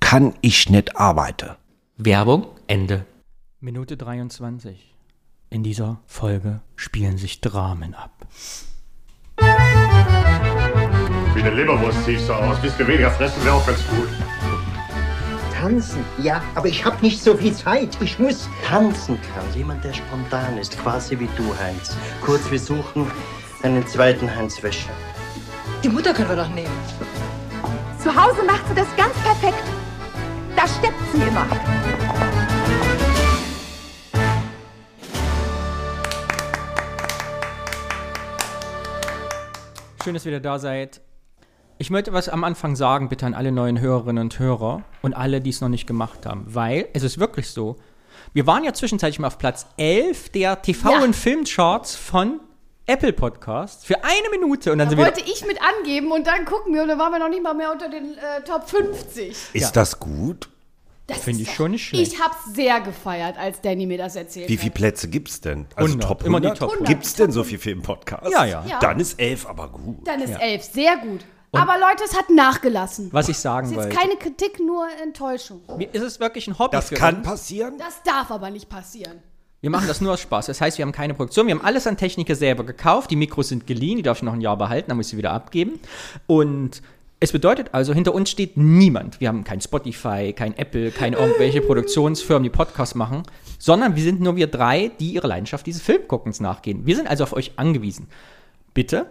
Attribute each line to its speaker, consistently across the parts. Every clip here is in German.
Speaker 1: kann ich nicht arbeiten.
Speaker 2: Werbung, Ende.
Speaker 3: Minute 23. In dieser Folge spielen sich Dramen ab.
Speaker 4: Wie eine Leberwurst siehst du aus. Bist du weniger fressen, wäre auch ganz gut.
Speaker 5: Tanzen? Ja, aber ich habe nicht so viel Zeit. Ich muss.
Speaker 6: tanzen kann. Jemand, der spontan ist, quasi wie du, Heinz. Kurz, wir suchen einen zweiten Heinz Wäscher.
Speaker 7: Die Mutter können wir doch nehmen.
Speaker 8: Zu Hause macht sie das ganz perfekt. Da steppt sie immer.
Speaker 3: Schön, dass ihr wieder da seid. Ich möchte was am Anfang sagen, bitte an alle neuen Hörerinnen und Hörer und alle, die es noch nicht gemacht haben, weil es ist wirklich so. Wir waren ja zwischenzeitlich mal auf Platz 11 der TV-
Speaker 9: Ja.
Speaker 3: und Filmcharts von Apple Podcasts für eine Minute und dann sind wir.
Speaker 9: Wollte ich mit angeben und dann gucken wir und dann waren wir noch nicht mal mehr unter den äh, Top 50.
Speaker 1: Ist das gut?
Speaker 9: Das
Speaker 3: Finde
Speaker 9: ist-
Speaker 3: ich schon nicht schlecht.
Speaker 9: Ich hab's sehr gefeiert, als Danny mir das erzählt
Speaker 1: Wie
Speaker 9: hat.
Speaker 1: viele Plätze gibt's denn? Also
Speaker 3: 100,
Speaker 1: Top
Speaker 3: immer die
Speaker 1: 100?
Speaker 3: Top
Speaker 9: 100.
Speaker 1: Gibt's denn so viel Filmpodcasts?
Speaker 3: Ja, ja.
Speaker 9: Ja.
Speaker 1: Dann ist elf aber gut.
Speaker 9: Dann ist elf sehr gut. Aber Leute, es hat nachgelassen.
Speaker 3: Was ich sagen
Speaker 9: Das ist
Speaker 3: wollte.
Speaker 9: jetzt keine Kritik, nur Enttäuschung.
Speaker 3: Mir ist es wirklich ein Hobby.
Speaker 1: Das
Speaker 3: für
Speaker 1: kann
Speaker 3: uns.
Speaker 1: passieren.
Speaker 9: Das darf aber nicht passieren.
Speaker 3: Wir machen das nur aus Spaß. Das heißt, wir haben keine Produktion. Wir haben alles an Techniker selber gekauft. Die Mikros sind geliehen. Die darf ich noch ein Jahr behalten. Dann muss ich sie wieder abgeben. Und es bedeutet also, hinter uns steht niemand. Wir haben kein Spotify, kein Apple, keine irgendwelche Produktionsfirmen, die Podcasts machen, sondern wir sind nur wir drei, die ihre Leidenschaft dieses Filmguckens nachgehen. Wir sind also auf euch angewiesen. Bitte,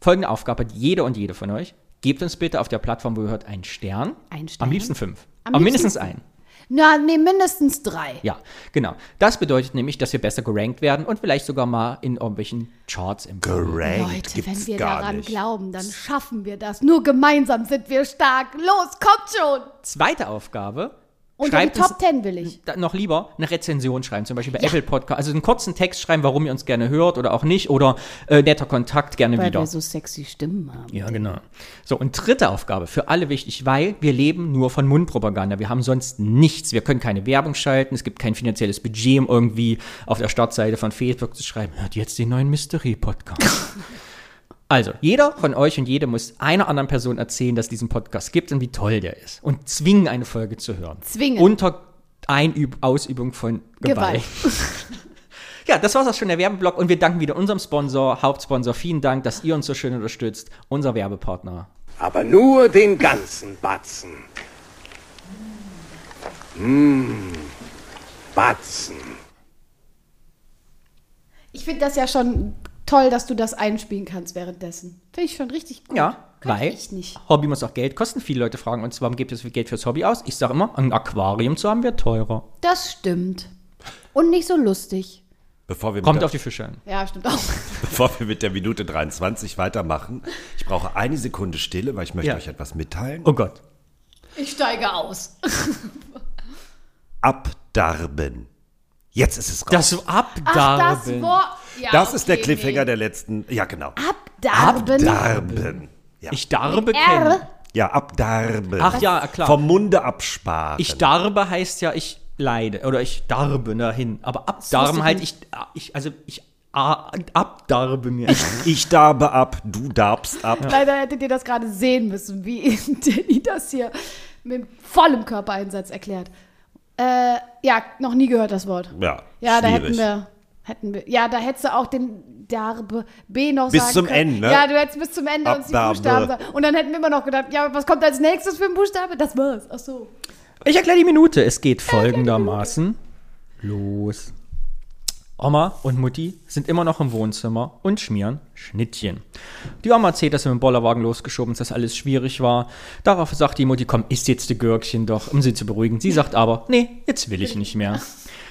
Speaker 3: folgende Aufgabe hat jede und jede von euch. Gebt uns bitte auf der Plattform, wo ihr hört, einen Stern.
Speaker 9: Einen Stern.
Speaker 3: Am liebsten fünf.
Speaker 9: Am
Speaker 3: Aber
Speaker 9: liebsten
Speaker 3: mindestens
Speaker 9: fünf.
Speaker 3: einen.
Speaker 9: Na, nee, mindestens drei.
Speaker 3: Ja, genau. Das bedeutet nämlich, dass wir besser gerankt werden und vielleicht sogar mal in irgendwelchen Charts im
Speaker 1: Gerankt
Speaker 9: Leute,
Speaker 1: gibt's
Speaker 9: wenn wir
Speaker 1: gar
Speaker 9: daran
Speaker 1: nicht.
Speaker 9: glauben, dann schaffen wir das. Nur gemeinsam sind wir stark. Los, kommt schon!
Speaker 3: Zweite Aufgabe.
Speaker 9: Unter die
Speaker 3: uns
Speaker 9: Top Ten will ich.
Speaker 3: da- noch lieber eine Rezension schreiben, zum Beispiel bei Apple Podcast. Also einen kurzen Text schreiben, warum ihr uns gerne hört oder auch nicht oder äh, netter Kontakt gerne
Speaker 9: Weil
Speaker 3: wieder.
Speaker 9: wir so sexy Stimmen haben.
Speaker 3: Ja, genau. So, und dritte Aufgabe, für alle wichtig, weil wir leben nur von Mundpropaganda. Wir haben sonst nichts. Wir können keine Werbung schalten, es gibt kein finanzielles Budget, um irgendwie auf der Startseite von Facebook zu schreiben, hört jetzt den neuen Mystery-Podcast. also, jeder von euch und jede muss einer anderen Person erzählen, dass es diesen Podcast gibt und wie toll der ist. Und zwingen, eine Folge zu hören.
Speaker 9: Zwingen.
Speaker 3: Unter Einüb Ausübung von Gewalt.
Speaker 9: Gewalt.
Speaker 3: Ja, das war's auch schon, der Werbeblock. Und wir danken wieder unserem Sponsor, Hauptsponsor. Vielen Dank, dass ihr uns so schön unterstützt. Unser Werbepartner.
Speaker 10: aber nur den ganzen Batzen. Mmh, Batzen.
Speaker 9: Ich finde das ja schon toll, dass du das einspielen kannst währenddessen. Finde ich schon richtig gut.
Speaker 3: Ja,
Speaker 9: Kann
Speaker 3: weil
Speaker 9: ich nicht.
Speaker 3: Hobby muss auch Geld kosten. Viele Leute fragen uns, warum gebt ihr so viel Geld fürs Hobby aus? Ich sage immer, ein Aquarium zu haben wäre teurer.
Speaker 9: Das stimmt. Und nicht so lustig.
Speaker 1: Bevor wir,
Speaker 3: Kommt
Speaker 1: mit
Speaker 3: auf
Speaker 1: der,
Speaker 3: die Fische an.
Speaker 9: Ja, stimmt auch.
Speaker 1: bevor wir mit der Minute 23 weitermachen, ich brauche eine Sekunde Stille, weil ich möchte
Speaker 3: Ja.
Speaker 1: euch etwas mitteilen.
Speaker 3: Oh Gott.
Speaker 9: Ich steige aus.
Speaker 1: Abdarben. Jetzt ist es raus.
Speaker 3: Das Abdarben.
Speaker 9: Ach, das Wort. Ja,
Speaker 1: Das ist der
Speaker 9: okay,
Speaker 1: Cliffhanger der letzten. Ja, genau.
Speaker 9: Nee. Abdarben.
Speaker 1: Darben. Ja.
Speaker 3: ich darbe kennen.
Speaker 9: R.
Speaker 1: ja, abdarben.
Speaker 3: Ach ja, klar.
Speaker 1: Vom Munde absparen.
Speaker 3: Ich darbe heißt ja, ich leide. Oder ich darbe dahin. Aber abdarben
Speaker 9: ich
Speaker 3: halt, ich, ich, also ich a- abdarbe mir.
Speaker 1: ich darbe ab, du darbst ab.
Speaker 9: Leider hättet ihr das gerade sehen müssen, wie Danny das hier mit vollem Körpereinsatz erklärt. Äh, ja, noch nie gehört das Wort.
Speaker 1: Ja,
Speaker 9: Ja, da
Speaker 1: schwierig.
Speaker 9: hätten wir, hätten wir. Ja, da hättest du auch den Darbe B noch
Speaker 1: Bis
Speaker 9: sagen
Speaker 1: zum
Speaker 9: können.
Speaker 1: N, ne?
Speaker 9: Ja, du hättest bis zum Ende uns die
Speaker 1: Abdarbe.
Speaker 9: Buchstaben. sagen. Und dann hätten wir immer noch gedacht, ja, was kommt als nächstes für ein Buchstabe? Das war's. Ach so.
Speaker 3: Ich erkläre die Minute. Es geht folgendermaßen los. Oma und Mutti sind immer noch im Wohnzimmer und schmieren Schnittchen. Die Oma erzählt, dass sie mit dem Bollerwagen losgeschoben ist, dass alles schwierig war. Darauf sagt die Mutti, komm, isst jetzt die Gürkchen doch, um sie zu beruhigen. Sie sagt aber, nee, jetzt will ich nicht mehr.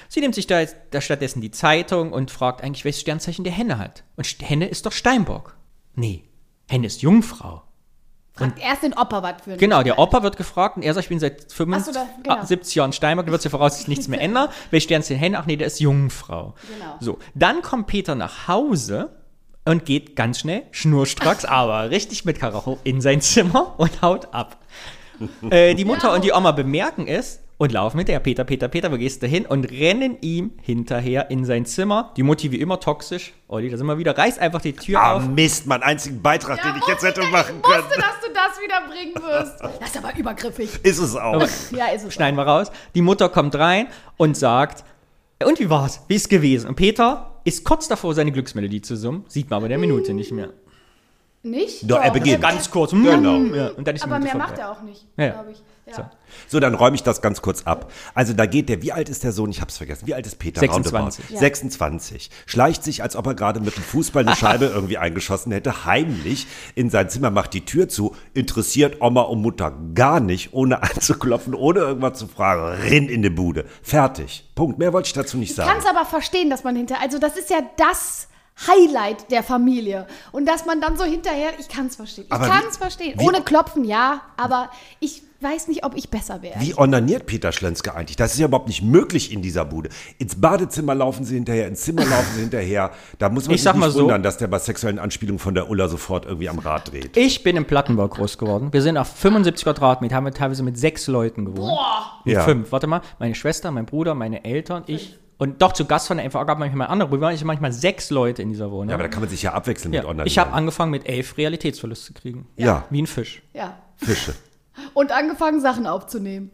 Speaker 3: Sie nimmt sich da, jetzt, da stattdessen die Zeitung und fragt eigentlich, welches Sternzeichen der Henne hat. Und St- Henne ist doch Steinbock. Nee, Henne ist Jungfrau.
Speaker 9: fragt erst den Opa was für ein
Speaker 3: Genau, der Opa wird gefragt und er sagt, ich bin seit
Speaker 9: Ach so,
Speaker 3: 75
Speaker 9: da- genau.
Speaker 3: ah, 70 Jahren Steinbock, da wird sich voraussichtlich nichts mehr ändern. Wir stellen es den Händen, ach nee, der ist Jungfrau.
Speaker 9: Genau.
Speaker 3: So, dann kommt Peter nach Hause und geht ganz schnell, schnurstracks, aber richtig mit Karacho in sein Zimmer und haut ab. äh, die Mutter und die Oma bemerken es und laufen hinterher. Peter, Peter, Peter, wo gehst du hin? Und rennen ihm hinterher in sein Zimmer. Die Mutti wie immer toxisch. Olli, da sind wir wieder. Reißt einfach die Tür
Speaker 1: Ah,
Speaker 3: auf.
Speaker 1: Mist, mein einzigen Beitrag,
Speaker 9: Ja,
Speaker 1: den ich jetzt hätte
Speaker 9: wusste,
Speaker 1: machen
Speaker 9: ich wusste,
Speaker 1: können.
Speaker 9: dass du das wieder bringen wirst. Das ist aber übergriffig.
Speaker 1: Ist es auch.
Speaker 9: Ja, ist es.
Speaker 3: schneiden wir raus. Die Mutter kommt rein und sagt, und wie war's? Wie ist gewesen? Und Peter ist kurz davor, seine Glücksmelodie zu summen, sieht man aber der Minute nicht mehr.
Speaker 9: Nicht?
Speaker 1: Doch, er beginnt.
Speaker 3: Ganz kurz.
Speaker 1: Genau.
Speaker 3: Ja, und dann ist die
Speaker 9: Hm. Aber
Speaker 3: Minute
Speaker 9: mehr
Speaker 3: vorbei.
Speaker 9: macht er auch nicht,
Speaker 3: Ja, ja.
Speaker 9: glaube ich. Ja.
Speaker 1: So, dann räume ich das ganz kurz ab. Also da geht der, wie alt ist der Sohn? Ich hab's vergessen. Wie alt ist Peter
Speaker 3: 26.
Speaker 1: Roundabout? 26. Schleicht sich, als ob er gerade mit dem Fußball eine Scheibe irgendwie eingeschossen hätte, heimlich in sein Zimmer, macht die Tür zu, interessiert Oma und Mutter gar nicht, ohne anzuklopfen, ohne irgendwas zu fragen. Rinn in die Bude. Fertig. Punkt. Mehr wollte ich dazu nicht
Speaker 9: Ich
Speaker 1: sagen.
Speaker 9: kann es aber verstehen, dass man hinter, also das ist ja das Highlight der Familie und dass man dann so hinterher, ich kann es verstehen, ich
Speaker 1: Aber wie-
Speaker 9: kann es verstehen.
Speaker 1: wie-
Speaker 9: Ohne Klopfen, ja, aber ich weiß nicht, ob ich besser wäre.
Speaker 1: Wie onaniert Peter Schlenske eigentlich? Das ist ja überhaupt nicht möglich in dieser Bude. Ins Badezimmer laufen sie hinterher, ins Zimmer laufen sie hinterher. Da muss man
Speaker 3: Ich
Speaker 1: sich
Speaker 3: sag
Speaker 1: nicht
Speaker 3: mal so.
Speaker 1: wundern, dass der bei sexuellen Anspielungen von der Ulla sofort irgendwie am Rad dreht.
Speaker 3: Ich bin im Plattenbau groß geworden. Wir sind auf 75 Quadratmeter, haben wir teilweise mit sechs Leuten gewohnt. Boah!
Speaker 1: Ja.
Speaker 3: Fünf, warte mal. Meine Schwester, mein Bruder, meine Eltern, ich. Und doch zu Gast von der FAA gab manchmal andere. Wir waren manchmal sechs Leute in dieser Wohnung.
Speaker 1: Ja, aber da kann man sich ja abwechseln mit
Speaker 3: ja.
Speaker 1: Onanieren.
Speaker 3: Ich habe angefangen mit elf Realitätsverlust zu kriegen.
Speaker 1: Ja.
Speaker 3: Wie ein Fisch.
Speaker 9: Ja.
Speaker 1: Fische.
Speaker 9: Und angefangen, Sachen aufzunehmen.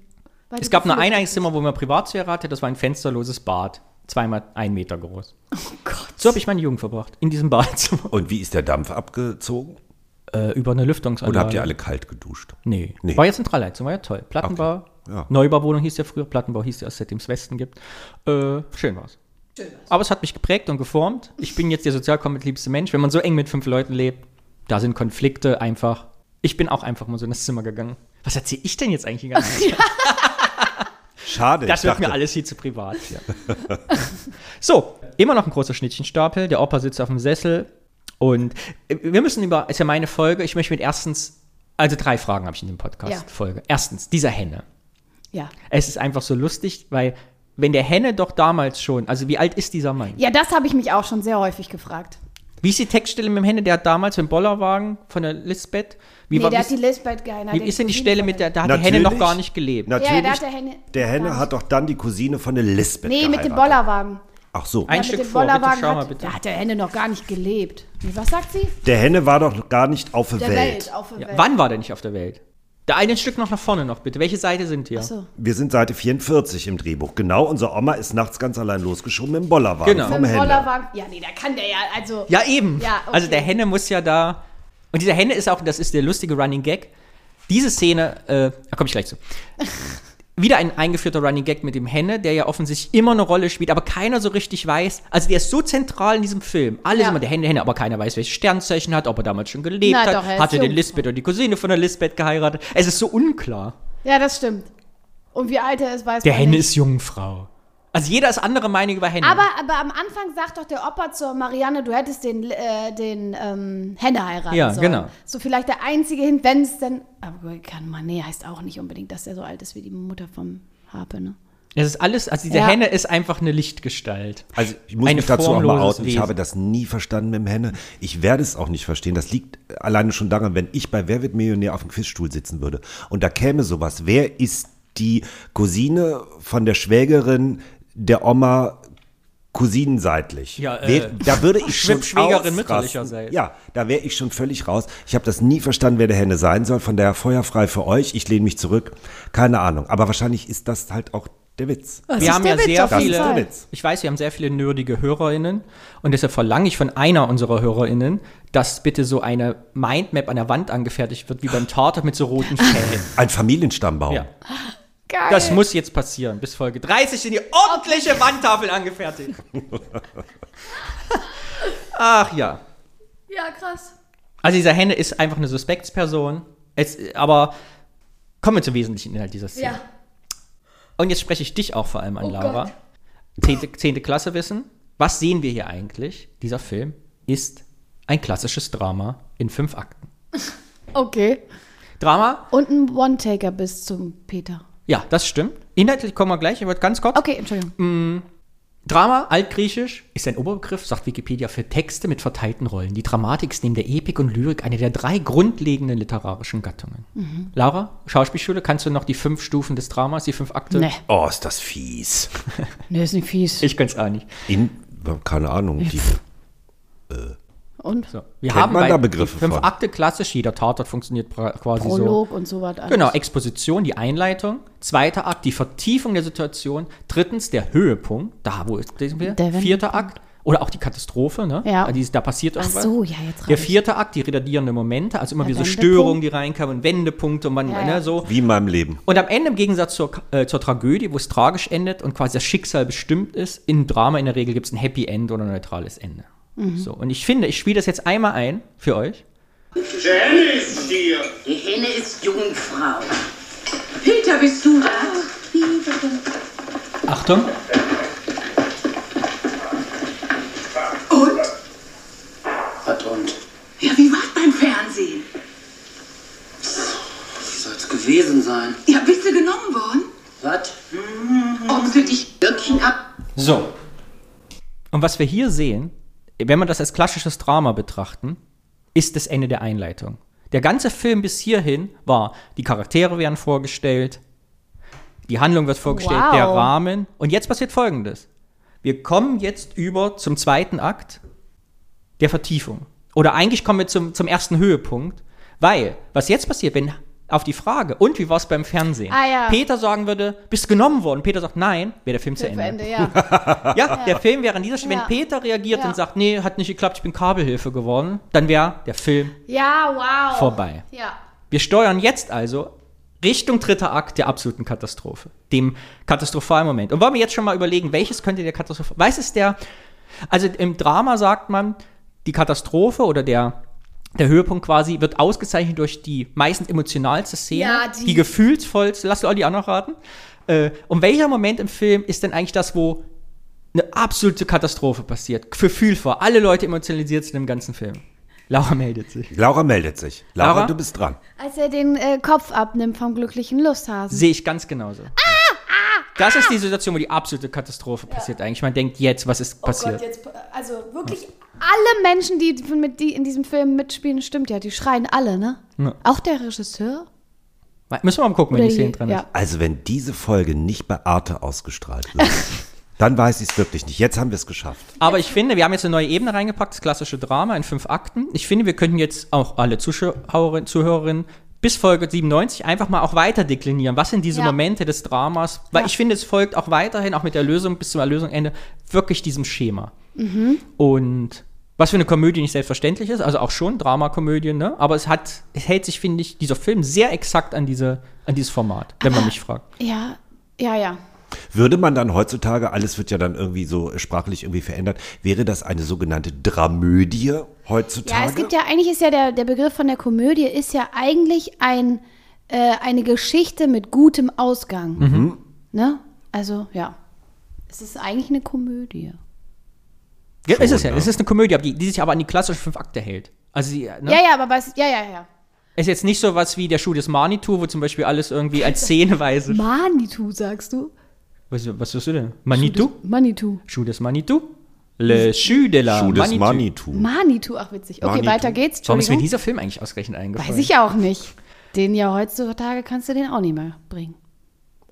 Speaker 9: Weil
Speaker 3: Es
Speaker 9: du
Speaker 3: gab nur
Speaker 9: viele-
Speaker 3: ein einziges Zimmer, wo man Privatsphäre hatte, das war ein fensterloses Bad. Zweimal ein Meter groß.
Speaker 9: Oh Gott.
Speaker 3: So habe ich meine Jugend verbracht, in diesem Badezimmer.
Speaker 1: Und wie ist der Dampf abgezogen?
Speaker 3: Äh, über eine Lüftungsanlage.
Speaker 1: Oder habt ihr alle kalt geduscht?
Speaker 3: Nee.
Speaker 1: Nee.
Speaker 3: War jetzt Zentralheizung, war ja toll. Plattenbau,
Speaker 1: Okay. Ja.
Speaker 3: Neubauwohnung hieß ja früher, Plattenbau hieß ja, seitdem es Westen gibt. Äh, schön war's. Aber es hat mich geprägt und geformt. Ich bin jetzt der sozialkompetentliebste Mensch. Wenn man so eng mit fünf Leuten lebt, da sind Konflikte einfach. Ich bin auch einfach mal so in das Zimmer gegangen. Was erzähle ich denn jetzt eigentlich die ganze Zeit?
Speaker 1: Schade.
Speaker 3: Das
Speaker 1: ich
Speaker 3: wird mir
Speaker 1: dachte-
Speaker 3: alles hier zu privat. so, immer noch ein großer Schnittchenstapel. Der Opa sitzt auf dem Sessel. Und äh, wir müssen über, ist ja meine Folge, ich möchte mit erstens, also drei Fragen habe ich in dem
Speaker 9: Ja.
Speaker 3: Podcast-Folge. Erstens, dieser Henne.
Speaker 9: Ja.
Speaker 3: Es ist einfach so lustig, weil wenn der Henne doch damals schon, also wie alt ist dieser Mann?
Speaker 9: Ja, das habe ich mich auch schon sehr häufig gefragt.
Speaker 3: Wie ist die Textstelle mit dem Henne? Der hat damals im Bollerwagen von der Lisbeth. Wie,
Speaker 9: Nee,
Speaker 3: war,
Speaker 9: der
Speaker 3: wie,
Speaker 9: hat die
Speaker 3: ist-
Speaker 9: Lisbeth geheiratet.
Speaker 3: wie ist denn die Stelle mit der, da hat der
Speaker 1: Natürlich-
Speaker 3: Henne noch gar nicht gelebt.
Speaker 1: Natürlich,
Speaker 9: Ja, da hat der Henne-
Speaker 1: der Henne
Speaker 9: gar
Speaker 1: hat doch dann die Cousine von der Lisbeth
Speaker 9: Nee, mit dem
Speaker 1: geheiratet.
Speaker 9: Bollerwagen.
Speaker 1: Ach so.
Speaker 3: Ein
Speaker 9: ja,
Speaker 3: Stück
Speaker 9: mit dem
Speaker 3: vor, bitte
Speaker 9: Bollerwagen
Speaker 3: schau mal
Speaker 9: hat,
Speaker 3: bitte.
Speaker 9: Da hat der Henne noch gar nicht gelebt. Nee, was sagt sie?
Speaker 1: Der Henne war doch gar nicht auf der,
Speaker 9: Der
Speaker 1: Welt.
Speaker 9: Welt, auf der
Speaker 3: Ja,
Speaker 9: Welt.
Speaker 3: wann war der nicht auf der Welt? Da ein Stück noch nach vorne noch, bitte. Welche Seite sind hier?
Speaker 9: So.
Speaker 1: Wir sind Seite 44 im Drehbuch. Genau, unsere Oma ist nachts ganz allein losgeschoben im Bollerwagen
Speaker 3: Genau.
Speaker 1: vom
Speaker 9: Mit dem
Speaker 1: Henne.
Speaker 9: Bollerwagen. Ja, nee, da kann der ja, also.
Speaker 3: Ja, eben.
Speaker 9: Ja, okay.
Speaker 3: Also der Henne muss ja da. Und dieser Henne ist auch, das ist der lustige Running Gag. Diese Szene, äh, da komme ich gleich zu. Wieder ein eingeführter Running Gag mit dem Henne, der ja offensichtlich immer eine Rolle spielt, aber keiner so richtig weiß. Also der ist so zentral in diesem Film. Alle
Speaker 9: Ja.
Speaker 3: sind immer der Henne, Henne, aber keiner weiß, welches Sternzeichen hat, ob er damals schon gelebt
Speaker 9: Na
Speaker 3: hat.
Speaker 9: doch, er ist
Speaker 3: hatte den
Speaker 9: jung.
Speaker 3: Lisbeth oder die Cousine von der Lisbeth geheiratet. Es ist so unklar.
Speaker 9: Ja, das stimmt. Und wie alt er ist, weiß
Speaker 3: Der
Speaker 9: man
Speaker 3: Henne
Speaker 9: nicht.
Speaker 3: ist Jungfrau. Also jeder ist andere Meinung über Henne.
Speaker 9: Aber, aber am Anfang sagt doch der Opa zur Marianne, du hättest den, äh, den ähm, Henne heiraten
Speaker 3: Ja,
Speaker 9: sollen.
Speaker 3: genau.
Speaker 9: So vielleicht der einzige hin, wenn es denn. Aber kann man, nee, heißt auch nicht unbedingt, dass er so alt ist wie die Mutter vom Harpe, ne?
Speaker 3: Es ist alles, also diese
Speaker 9: Ja.
Speaker 3: Henne ist einfach eine Lichtgestalt.
Speaker 1: Also ich muss
Speaker 3: Eine
Speaker 1: mich dazu auch mal
Speaker 3: formloses
Speaker 1: outen. Ich
Speaker 3: Wesen.
Speaker 1: habe das nie verstanden mit dem Henne. Ich werde es auch nicht verstehen. Das liegt alleine schon daran, wenn ich bei Wer wird Millionär auf dem Quizstuhl sitzen würde und da käme sowas. Wer ist die Cousine von der Schwägerin der Oma cousinenseitig?
Speaker 3: Ja, äh,
Speaker 1: Wer- da würde ich schon
Speaker 3: Schwägerin
Speaker 1: ausrasten.
Speaker 3: mütterlicherseits.
Speaker 1: Ja, da wäre ich schon völlig raus. Ich habe das nie verstanden, wer der Henne sein soll. Von daher feuerfrei für euch. Ich lehne mich zurück. Keine Ahnung. Aber wahrscheinlich ist das halt auch der Witz.
Speaker 3: wir haben ja sehr
Speaker 1: jeden
Speaker 3: viele.
Speaker 1: Fall.
Speaker 3: Ich weiß, wir haben sehr viele nerdige HörerInnen und deshalb verlange ich von einer unserer HörerInnen, dass bitte so eine Mindmap an der Wand angefertigt wird, wie beim Tatort mit so roten Fällen.
Speaker 1: Ein Familienstammbaum.
Speaker 3: Ja.
Speaker 9: Geil.
Speaker 3: Das muss jetzt passieren. Bis Folge 30 sind die ordentliche Wandtafel angefertigt. Ach ja.
Speaker 9: ja, krass.
Speaker 3: Also dieser Henne ist einfach eine Suspektsperson. Es, aber kommen wir zum wesentlichen Inhalt dieser Szene.
Speaker 9: Ja.
Speaker 3: Und jetzt spreche ich dich auch vor allem an,
Speaker 9: Oh
Speaker 3: Laura.
Speaker 9: Gott.
Speaker 3: Zehnte, zehnte Klasse Wissen. Was sehen wir hier eigentlich? Dieser Film ist ein klassisches Drama in fünf Akten.
Speaker 9: Okay.
Speaker 3: Drama,
Speaker 9: Und ein One-Taker bis zum Peter.
Speaker 3: ja, das stimmt. Inhaltlich kommen wir gleich, ich wollte ganz kurz.
Speaker 9: Okay, Entschuldigung.
Speaker 3: Drama, altgriechisch, ist ein Oberbegriff, sagt Wikipedia, für Texte mit verteilten Rollen. Die Dramatik ist neben der Epik und Lyrik eine der drei grundlegenden literarischen Gattungen.
Speaker 9: Mhm.
Speaker 3: Laura, Schauspielschule, kannst du noch die fünf Stufen des Dramas, die fünf Akte?
Speaker 9: Nee,
Speaker 1: Oh, ist das fies.
Speaker 9: nee, ist nicht fies.
Speaker 3: Ich kann's auch nicht.
Speaker 1: In, keine Ahnung. Die,
Speaker 9: Und
Speaker 3: So, wir
Speaker 1: Kennt
Speaker 3: haben
Speaker 1: man
Speaker 3: bei-
Speaker 1: da Begriffe
Speaker 3: die fünf
Speaker 1: von?
Speaker 3: Akte klassisch, jeder Tatort funktioniert pra- quasi so.
Speaker 9: Prolog und so was. alles.
Speaker 3: Genau, Exposition, die Einleitung. Zweiter Akt, die Vertiefung der Situation. Drittens, der Höhepunkt. Da, wo ist der?
Speaker 9: Der Wendepunkt.
Speaker 3: Vierter Akt. Oder auch die Katastrophe, ne?
Speaker 9: Ja.
Speaker 3: Da, dies- da passiert
Speaker 9: Ach
Speaker 3: irgendwas.
Speaker 9: so, ja, jetzt
Speaker 3: Der
Speaker 9: raff ich.
Speaker 3: vierte Akt, die retardierenden Momente, also immer
Speaker 9: Der
Speaker 3: wieder so
Speaker 9: Wendepunkt.
Speaker 3: Störungen, die reinkamen, Wendepunkte und man,
Speaker 9: Ja, ja.
Speaker 3: ne, so.
Speaker 1: wie in meinem Leben.
Speaker 3: Und am Ende, im Gegensatz zur, äh, zur Tragödie, wo es tragisch endet und quasi das Schicksal bestimmt ist, im Drama in der Regel gibt es ein Happy End oder ein neutrales Ende.
Speaker 9: Mhm.
Speaker 3: So, und ich finde, ich spiele das jetzt einmal ein für euch.
Speaker 7: Die Henne ist Jungfrau.
Speaker 8: Peter, bist du da?
Speaker 3: Achtung.
Speaker 10: Was und?
Speaker 8: Ja, wie war's beim Fernsehen?
Speaker 10: Wie soll's gewesen sein?
Speaker 8: Ja, bist du genommen worden?
Speaker 10: Was?
Speaker 8: Ob sie dich wirklich ab...
Speaker 3: So. Und was wir hier sehen, wenn wir das als klassisches Drama betrachten, ist das Ende der Einleitung. Der ganze Film bis hierhin war, die Charaktere werden vorgestellt, die Handlung wird vorgestellt,
Speaker 9: Wow.
Speaker 3: der Rahmen. Und jetzt passiert Folgendes. Wir kommen jetzt über zum zweiten Akt der Vertiefung. Oder eigentlich kommen wir zum, zum ersten Höhepunkt, weil was jetzt passiert, wenn auf die Frage, und wie war es beim Fernsehen,
Speaker 9: Ah, ja.
Speaker 3: Peter sagen würde, bist du genommen worden? Peter sagt, nein, wäre der Film zu
Speaker 9: Zu
Speaker 3: Ende.
Speaker 9: Ende, ja.
Speaker 3: Ja, der Film wäre an dieser Stelle,
Speaker 9: Ja.
Speaker 3: wenn Peter reagiert
Speaker 9: Ja.
Speaker 3: und sagt, nee, hat nicht geklappt, ich bin Kabelhilfe geworden, dann wäre der Film.
Speaker 9: ja, wow.
Speaker 3: Vorbei.
Speaker 9: Ja.
Speaker 3: Wir steuern jetzt also Richtung dritter Akt der absoluten Katastrophe, dem katastrophalen Moment. Und wollen wir jetzt schon mal überlegen, welches könnte der Katastrophe, was ist der, also im Drama sagt man, die Katastrophe oder der, der Höhepunkt quasi wird ausgezeichnet durch die meistens emotionalste Szene,
Speaker 9: Ja, die-
Speaker 3: die, gefühlsvollste, lass Olli auch noch raten. Äh, und welcher Moment im Film ist denn eigentlich das, wo eine absolute Katastrophe passiert? Gefühlvoll, alle Leute emotionalisiert sind im ganzen Film. Laura meldet sich.
Speaker 1: Laura meldet sich. Laura,
Speaker 3: Laura?
Speaker 1: du bist dran.
Speaker 9: Als er den äh, Kopf abnimmt vom glücklichen Lusthasen.
Speaker 3: Sehe ich ganz genauso.
Speaker 9: Ah,
Speaker 3: Das ist die Situation, wo die absolute Katastrophe passiert eigentlich. Man denkt jetzt, was ist
Speaker 9: Oh
Speaker 3: passiert. Hm.
Speaker 9: jetzt, also wirklich alle Menschen, die, mit, die in diesem Film mitspielen, stimmt ja, die schreien alle, ne?
Speaker 3: Ja.
Speaker 9: Auch der Regisseur?
Speaker 3: Müssen wir mal gucken, wenn die Szene drin
Speaker 9: ja.
Speaker 3: ist.
Speaker 1: Also, wenn diese Folge nicht bei Arte ausgestrahlt wird, dann weiß ich es wirklich nicht. Jetzt haben wir es geschafft.
Speaker 3: Aber ich finde, wir haben jetzt eine neue Ebene reingepackt, das klassische Drama in fünf Akten. Ich finde, wir könnten jetzt auch alle Zuschauerinnen, Zuhörerinnen bis Folge 97 einfach mal auch weiter deklinieren. Was sind diese
Speaker 9: Ja.
Speaker 3: Momente des Dramas? Weil ich finde, es folgt auch weiterhin, auch mit der Lösung bis zum Erlösungsende, wirklich diesem Schema. Und was für eine Komödie nicht selbstverständlich ist, also auch schon Dramakomödie, ne? Aber es hat, es hält sich, finde ich, dieser Film sehr exakt an diese, an dieses Format, wenn man mich fragt.
Speaker 9: Ja, ja, ja.
Speaker 1: Würde man dann heutzutage, alles wird ja dann irgendwie so äh, sprachlich irgendwie verändert, wäre das eine sogenannte Dramödie heutzutage?
Speaker 9: Ja, es gibt ja, eigentlich ist ja der, der Begriff von der Komödie ist ja eigentlich ein, äh, eine Geschichte mit gutem Ausgang.
Speaker 3: Mhm.
Speaker 9: Ne? Also, ja. Es ist eigentlich eine Komödie.
Speaker 3: Ja, ist es
Speaker 1: Schon,
Speaker 3: ja. Es ist eine Komödie, aber die, die sich aber an die klassischen fünf Akte hält. Also sie, ne?
Speaker 9: Ja, ja, aber was, ja, ja, ja.
Speaker 3: Ist jetzt nicht so was wie der Schuh des Manitou, wo zum Beispiel alles irgendwie als Szeneweise.
Speaker 9: Manitou, sagst du?
Speaker 3: Was, was wirst du denn? Manitou?
Speaker 9: Manitou.
Speaker 3: Schuh des Manitou? Le Schuh de la
Speaker 1: Schuh des
Speaker 3: Manitou.
Speaker 1: Ah, Manitou.
Speaker 9: Manitou, ach witzig. Okay,
Speaker 1: Manitou.
Speaker 9: weiter geht's.
Speaker 3: Warum ist mir
Speaker 9: Entschuldigung.
Speaker 3: dieser Film eigentlich ausgerechnet eingefallen?
Speaker 9: Weiß ich auch nicht. Den ja heutzutage kannst du den auch nicht mehr bringen.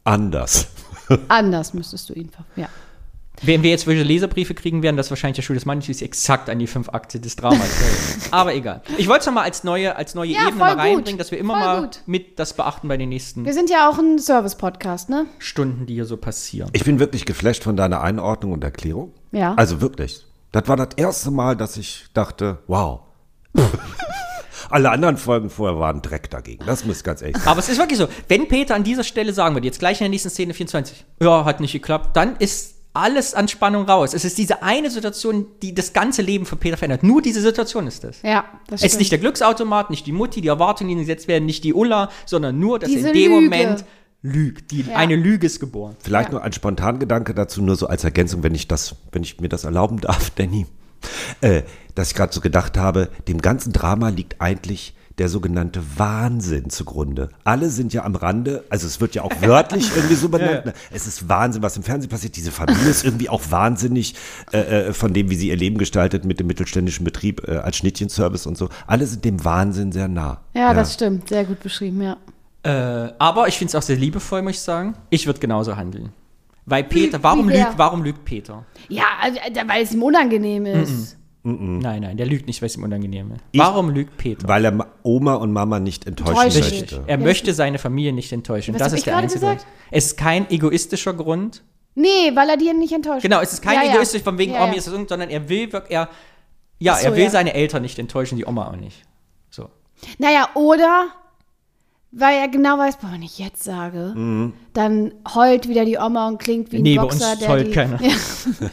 Speaker 1: Anders.
Speaker 9: Anders müsstest du ihn ver ja.
Speaker 3: Wenn wir jetzt welche Leserbriefe kriegen werden, das wahrscheinlich der Schuh des Manitou ist exakt an die fünf Akte des Dramas. hält. Aber egal. Ich wollte es nochmal als neue, als neue
Speaker 9: Ja,
Speaker 3: Ebene mal
Speaker 9: voll gut.
Speaker 3: reinbringen, dass wir immer
Speaker 9: Voll
Speaker 3: mal
Speaker 9: gut.
Speaker 3: mit das beachten bei den nächsten
Speaker 9: Wir sind ja auch ein Service-Podcast, ne?
Speaker 3: Stunden, die hier so passieren.
Speaker 1: Ich bin wirklich geflasht von deiner Einordnung und Erklärung.
Speaker 9: Ja.
Speaker 1: Also wirklich. Das war das erste Mal, dass ich dachte, wow. Alle anderen Folgen vorher waren Dreck dagegen. Das muss ich ganz ehrlich sagen.
Speaker 3: Aber es ist wirklich so, wenn Peter an dieser Stelle sagen würde, jetzt gleich in der nächsten Szene 24, ja, hat nicht geklappt, dann ist alles an Spannung raus. Es ist diese eine Situation, die das ganze Leben von Peter verändert. Nur diese Situation ist es.
Speaker 9: Ja, das
Speaker 3: Es
Speaker 9: stimmt.
Speaker 3: ist nicht der Glücksautomat, nicht die Mutti, die Erwartungen, die gesetzt werden, nicht die Ulla, sondern nur, dass
Speaker 9: Diese
Speaker 3: er in dem
Speaker 9: Lüge.
Speaker 3: Moment lügt. Die, Eine Lüge ist geboren.
Speaker 1: Vielleicht nur ein Spontangedanke dazu, nur so als Ergänzung, wenn ich das, wenn ich mir das erlauben darf, Danny. Äh, dass ich gerade so gedacht habe, dem ganzen Drama liegt eigentlich der sogenannte Wahnsinn zugrunde. Alle sind ja am Rande, also es wird ja auch wörtlich irgendwie so benannt. ne? Es ist Wahnsinn, was im Fernsehen passiert. Diese Familie ist irgendwie auch wahnsinnig äh, äh, von dem, wie sie ihr Leben gestaltet mit dem mittelständischen Betrieb äh, als Schnittchenservice und so. Alle sind dem Wahnsinn sehr nah.
Speaker 9: Ja, das stimmt. Sehr gut beschrieben, ja.
Speaker 3: Äh, aber ich finde es auch sehr liebevoll, muss ich sagen. Ich würde genauso handeln. Weil Peter, warum
Speaker 9: wie wer?
Speaker 3: lügt, warum lügt Peter?
Speaker 9: Ja, also, äh, weil es ihm unangenehm ist.
Speaker 3: Nein, nein, der lügt nicht, weil es ihm unangenehm ist. Warum lügt Peter?
Speaker 1: Weil er Ma- Oma und Mama nicht enttäuschen
Speaker 9: Enttäuschen.
Speaker 1: möchte.
Speaker 3: Er möchte seine Familie nicht enttäuschen.
Speaker 9: Was
Speaker 3: das
Speaker 9: hab
Speaker 3: ist
Speaker 9: ich
Speaker 3: der
Speaker 9: gerade
Speaker 3: einzige
Speaker 9: gesagt?
Speaker 3: Grund. Es ist kein egoistischer Grund.
Speaker 9: Nee, weil er dir nicht enttäuscht.
Speaker 3: Genau, es ist kein
Speaker 9: Ja, ja.
Speaker 3: egoistisch von wegen,
Speaker 9: Ja,
Speaker 3: oh, mir
Speaker 9: ja.
Speaker 3: ist das irgend, sondern er will wirklich, er, ja,
Speaker 9: Ach so,
Speaker 3: er will
Speaker 9: ja.
Speaker 3: seine Eltern nicht enttäuschen, die Oma auch nicht. So.
Speaker 9: Naja, oder weil er genau weiß, boah, wenn ich jetzt sage, dann heult wieder die Oma und klingt wie ein
Speaker 3: Mhm. Nee, bei
Speaker 9: Boxer,
Speaker 3: uns
Speaker 9: der
Speaker 3: heult
Speaker 9: die,
Speaker 3: keiner.
Speaker 9: Ja.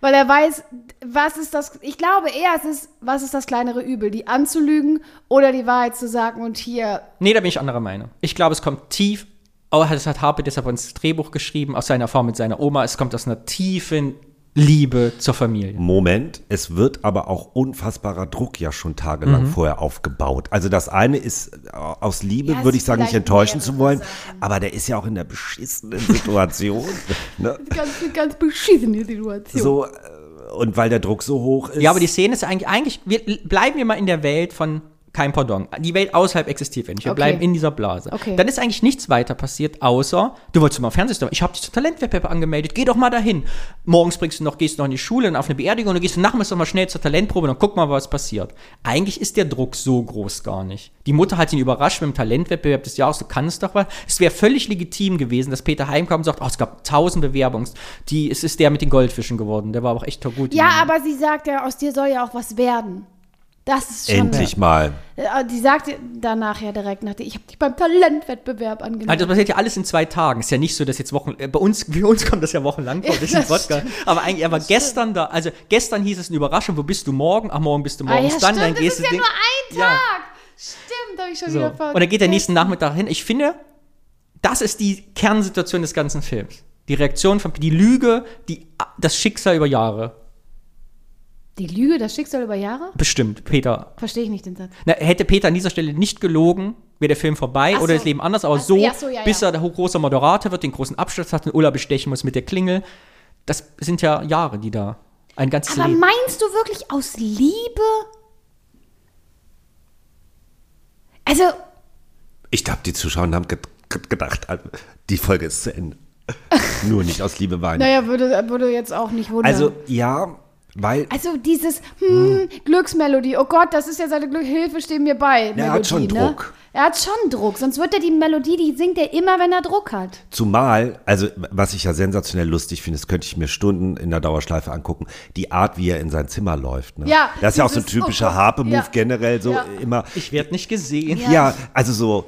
Speaker 9: Weil er weiß, was ist das, ich glaube eher, es ist, was ist das kleinere Übel, die anzulügen oder die Wahrheit zu sagen und hier,
Speaker 3: Nee, da bin ich anderer Meinung. Ich glaube, es kommt tief, oh, das hat Harpe deshalb ins Drehbuch geschrieben, aus seiner Erfahrung mit seiner Oma, es kommt aus einer tiefen Liebe zur Familie.
Speaker 1: Moment, es wird aber auch unfassbarer Druck ja schon tagelang
Speaker 3: Mhm.
Speaker 1: vorher aufgebaut. Also das eine ist äh, aus Liebe,
Speaker 9: Ja, es
Speaker 1: würde ich
Speaker 9: ist
Speaker 1: sagen, nicht
Speaker 9: vielleicht
Speaker 1: enttäuschen
Speaker 9: mehrere
Speaker 1: zu wollen,
Speaker 9: Sachen.
Speaker 1: aber der ist ja auch in der beschissenen Situation. ne?
Speaker 9: ganz, ganz beschissene Situation.
Speaker 1: So äh, und weil der Druck so hoch ist.
Speaker 3: Ja, aber die Szene ist eigentlich, eigentlich wir, bleiben wir mal in der Welt von kein Pardon. Die Welt außerhalb existiert ja nicht. Wir
Speaker 9: Okay.
Speaker 3: bleiben in dieser Blase.
Speaker 9: Okay.
Speaker 3: Dann ist eigentlich nichts weiter passiert, außer du wolltest mal Fernsehstar. Ich habe dich zur Talentwettbewerb angemeldet. Geh doch mal dahin. Morgens bringst du noch, gehst du noch in die Schule und auf eine Beerdigung und dann gehst du nachmittags noch mal schnell zur Talentprobe und dann guck mal, was passiert. Eigentlich ist der Druck so groß gar nicht. Die Mutter hat ihn überrascht mit dem Talentwettbewerb des Jahres. Du kannst doch was. Es wäre völlig legitim gewesen, dass Peter heimkommt und sagt, oh, es gab tausend Bewerbungs. Die, es ist der mit den Goldfischen geworden. Der war aber auch echt gut.
Speaker 9: ja, aber sie sagt ja, aus dir soll ja auch was werden. Das ist schon.
Speaker 1: endlich mal.
Speaker 9: Äh, Die sagt danach ja direkt, nach, ich habe dich beim Talentwettbewerb
Speaker 3: Also das
Speaker 9: angenommen.
Speaker 3: passiert ja alles in zwei Tagen. Ist ja nicht so, dass jetzt Wochen. äh, Bei uns, für uns kommt das ja wochenlang vor, diesen
Speaker 9: das
Speaker 3: Podcast. Aber eigentlich, er war gestern da. Also gestern hieß es eine Überraschung, wo bist du morgen? Ach, morgen bist du morgens dann, dann
Speaker 9: das
Speaker 3: gehst
Speaker 9: ist Ah ja
Speaker 3: du.
Speaker 9: nur ein
Speaker 3: Ja.
Speaker 9: Tag. Stimmt, habe ich schon
Speaker 3: so.
Speaker 9: wieder ver-
Speaker 3: Und dann geht der nächsten
Speaker 9: vergessen.
Speaker 3: Nachmittag hin. Ich finde, das ist die Kernsituation des ganzen Films. Die Reaktion von die Lüge, die, das Schicksal über Jahre.
Speaker 9: Die Lüge, das Schicksal über Jahre?
Speaker 3: Bestimmt, Peter.
Speaker 9: Verstehe ich nicht den Satz.
Speaker 3: Na, hätte Peter an dieser Stelle nicht gelogen, wäre der Film vorbei
Speaker 9: Ach
Speaker 3: oder
Speaker 9: so.
Speaker 3: das Leben anders. Aber
Speaker 9: Ach so,
Speaker 3: so,
Speaker 9: ja, so, ja,
Speaker 3: bis
Speaker 9: ja.
Speaker 3: er der großer Moderator wird, den großen Abschluss hat, den Ulla bestechen muss mit der Klingel. Das sind ja Jahre, die da ein ganzes
Speaker 9: Aber
Speaker 3: Leben.
Speaker 9: meinst du wirklich aus Liebe? Also,
Speaker 1: Ich glaube, die Zuschauer haben ge ge gedacht, äh, die Folge ist zu Ende. Nur nicht aus Liebe weinen.
Speaker 9: naja, würde, würde jetzt auch nicht wundern.
Speaker 1: also ja, weil
Speaker 9: also dieses hm, Glücksmelodie, oh Gott, das ist ja seine Glück, Hilfe, steh mir bei.
Speaker 1: er hat
Speaker 9: Melodie,
Speaker 1: schon
Speaker 9: ne?
Speaker 1: Druck.
Speaker 9: Er hat schon Druck, sonst wird er die Melodie, die singt er immer, wenn er Druck hat.
Speaker 1: Zumal, also was ich ja sensationell lustig finde, das könnte ich mir Stunden in der Dauerschleife angucken, die Art, wie er in sein Zimmer läuft. Ne?
Speaker 9: Ja,
Speaker 1: das ist ja auch so ein
Speaker 9: dieses, oh
Speaker 1: typischer
Speaker 9: Gott,
Speaker 1: Harpe-Move
Speaker 9: ja.
Speaker 1: generell, so
Speaker 9: Ja.
Speaker 1: immer.
Speaker 3: Ich werde nicht gesehen.
Speaker 1: Ja. also so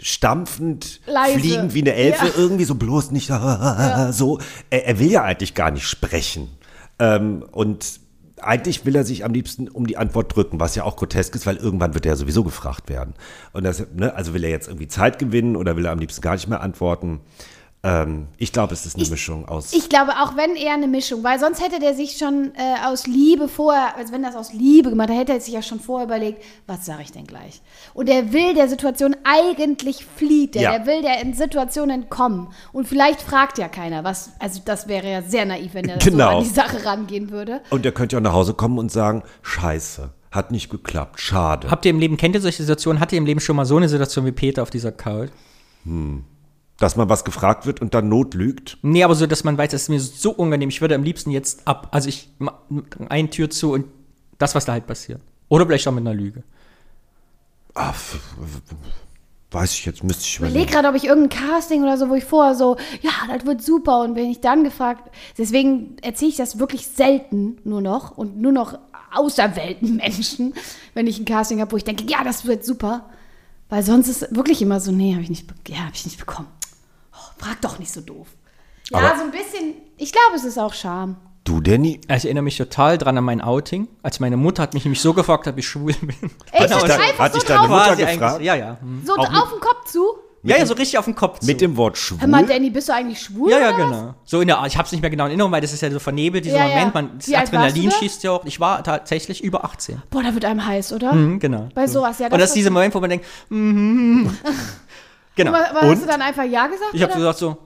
Speaker 1: stampfend,
Speaker 9: Leise.
Speaker 1: fliegend wie eine Elfe,
Speaker 9: Ja.
Speaker 1: irgendwie so bloß nicht so. Er, er will ja eigentlich gar nicht sprechen. Ähm, und eigentlich will er sich am liebsten um die Antwort drücken, was ja auch grotesk ist, weil irgendwann wird er ja sowieso gefragt werden. Und das, ne, also will er jetzt irgendwie Zeit gewinnen oder will er am liebsten gar nicht mehr antworten? Ähm, ich glaube, es ist eine Mischung aus.
Speaker 9: Ich glaube, auch wenn eher eine Mischung, weil sonst hätte der sich schon äh, aus Liebe vorher, also wenn das aus Liebe gemacht, dann hätte er sich ja schon vorher überlegt, was sage ich denn gleich? Und er will der Situation eigentlich flieht, der,
Speaker 1: Ja.
Speaker 9: der will der in Situationen entkommen. Und vielleicht fragt ja keiner, was, also das wäre ja sehr naiv, wenn er so
Speaker 1: Genau.
Speaker 9: an die Sache rangehen würde.
Speaker 1: und er könnte ja auch nach Hause kommen und sagen: Scheiße, hat nicht geklappt, schade.
Speaker 3: Habt ihr im Leben, kennt ihr solche Situationen? Hattet ihr im Leben schon mal so eine Situation wie Peter auf dieser Couch?
Speaker 1: Dass man was gefragt wird und dann notlügt.
Speaker 3: Nee, aber so, dass man weiß, es ist mir so unangenehm. Ich würde am liebsten jetzt ab. Also ich ma- eine Tür zu und das, was da halt passiert. Oder vielleicht auch mit einer Lüge.
Speaker 1: Ah, f- f- weiß ich jetzt, müsste ich
Speaker 9: Ich überlege gerade, ob ich irgendein Casting oder so, wo ich vorher so, ja, das wird super und wenn ich dann gefragt, deswegen erzähle ich das wirklich selten nur noch und nur noch auserwählten Menschen, wenn ich ein Casting habe, wo ich denke, ja, das wird super, weil sonst ist wirklich immer so, nee, habe ich nicht, be- ja, habe ich nicht bekommen. Oh, frag doch nicht so doof. Ja,
Speaker 1: Aber-
Speaker 9: so ein bisschen, ich glaube, es ist auch Charme.
Speaker 1: Du, Danny?
Speaker 3: Also Ich erinnere mich total dran an mein Outing, als meine Mutter hat mich nämlich so gefragt, ob ich schwul bin.
Speaker 1: dich
Speaker 9: Echt, das
Speaker 1: dein-
Speaker 9: einfach
Speaker 1: hat
Speaker 9: so
Speaker 1: dich deine
Speaker 9: drauf,
Speaker 1: Mutter
Speaker 3: Quasi eigentlich-
Speaker 1: gefragt?
Speaker 3: Ja, ja. hm.
Speaker 9: so auf den Kopf zu.
Speaker 3: ja, ja, so richtig auf den Kopf zu.
Speaker 1: Mit dem Wort schwul.
Speaker 9: Hör mal, Danny, bist du eigentlich schwul?
Speaker 3: ja, ja,
Speaker 9: oder was?
Speaker 3: genau. So in der Art. Ich hab's nicht mehr genau in Erinnerung, weil das ist ja so vernebelt, dieser
Speaker 9: Ja, ja.
Speaker 3: Moment. Man, das
Speaker 9: Wie alt warst
Speaker 3: Adrenalin
Speaker 9: du da?
Speaker 3: schießt ja auch. Ich war tatsächlich über 18.
Speaker 9: Boah, da wird einem heiß, oder?
Speaker 3: Mhm, Genau.
Speaker 9: Hm, Bei sowas, ja.
Speaker 3: Und das ist
Speaker 9: was-
Speaker 3: dieser Moment, wo man denkt, mhm. genau.
Speaker 9: Aber, aber hast du dann einfach Ja gesagt?
Speaker 3: Ich habe
Speaker 9: oder?
Speaker 3: gesagt so,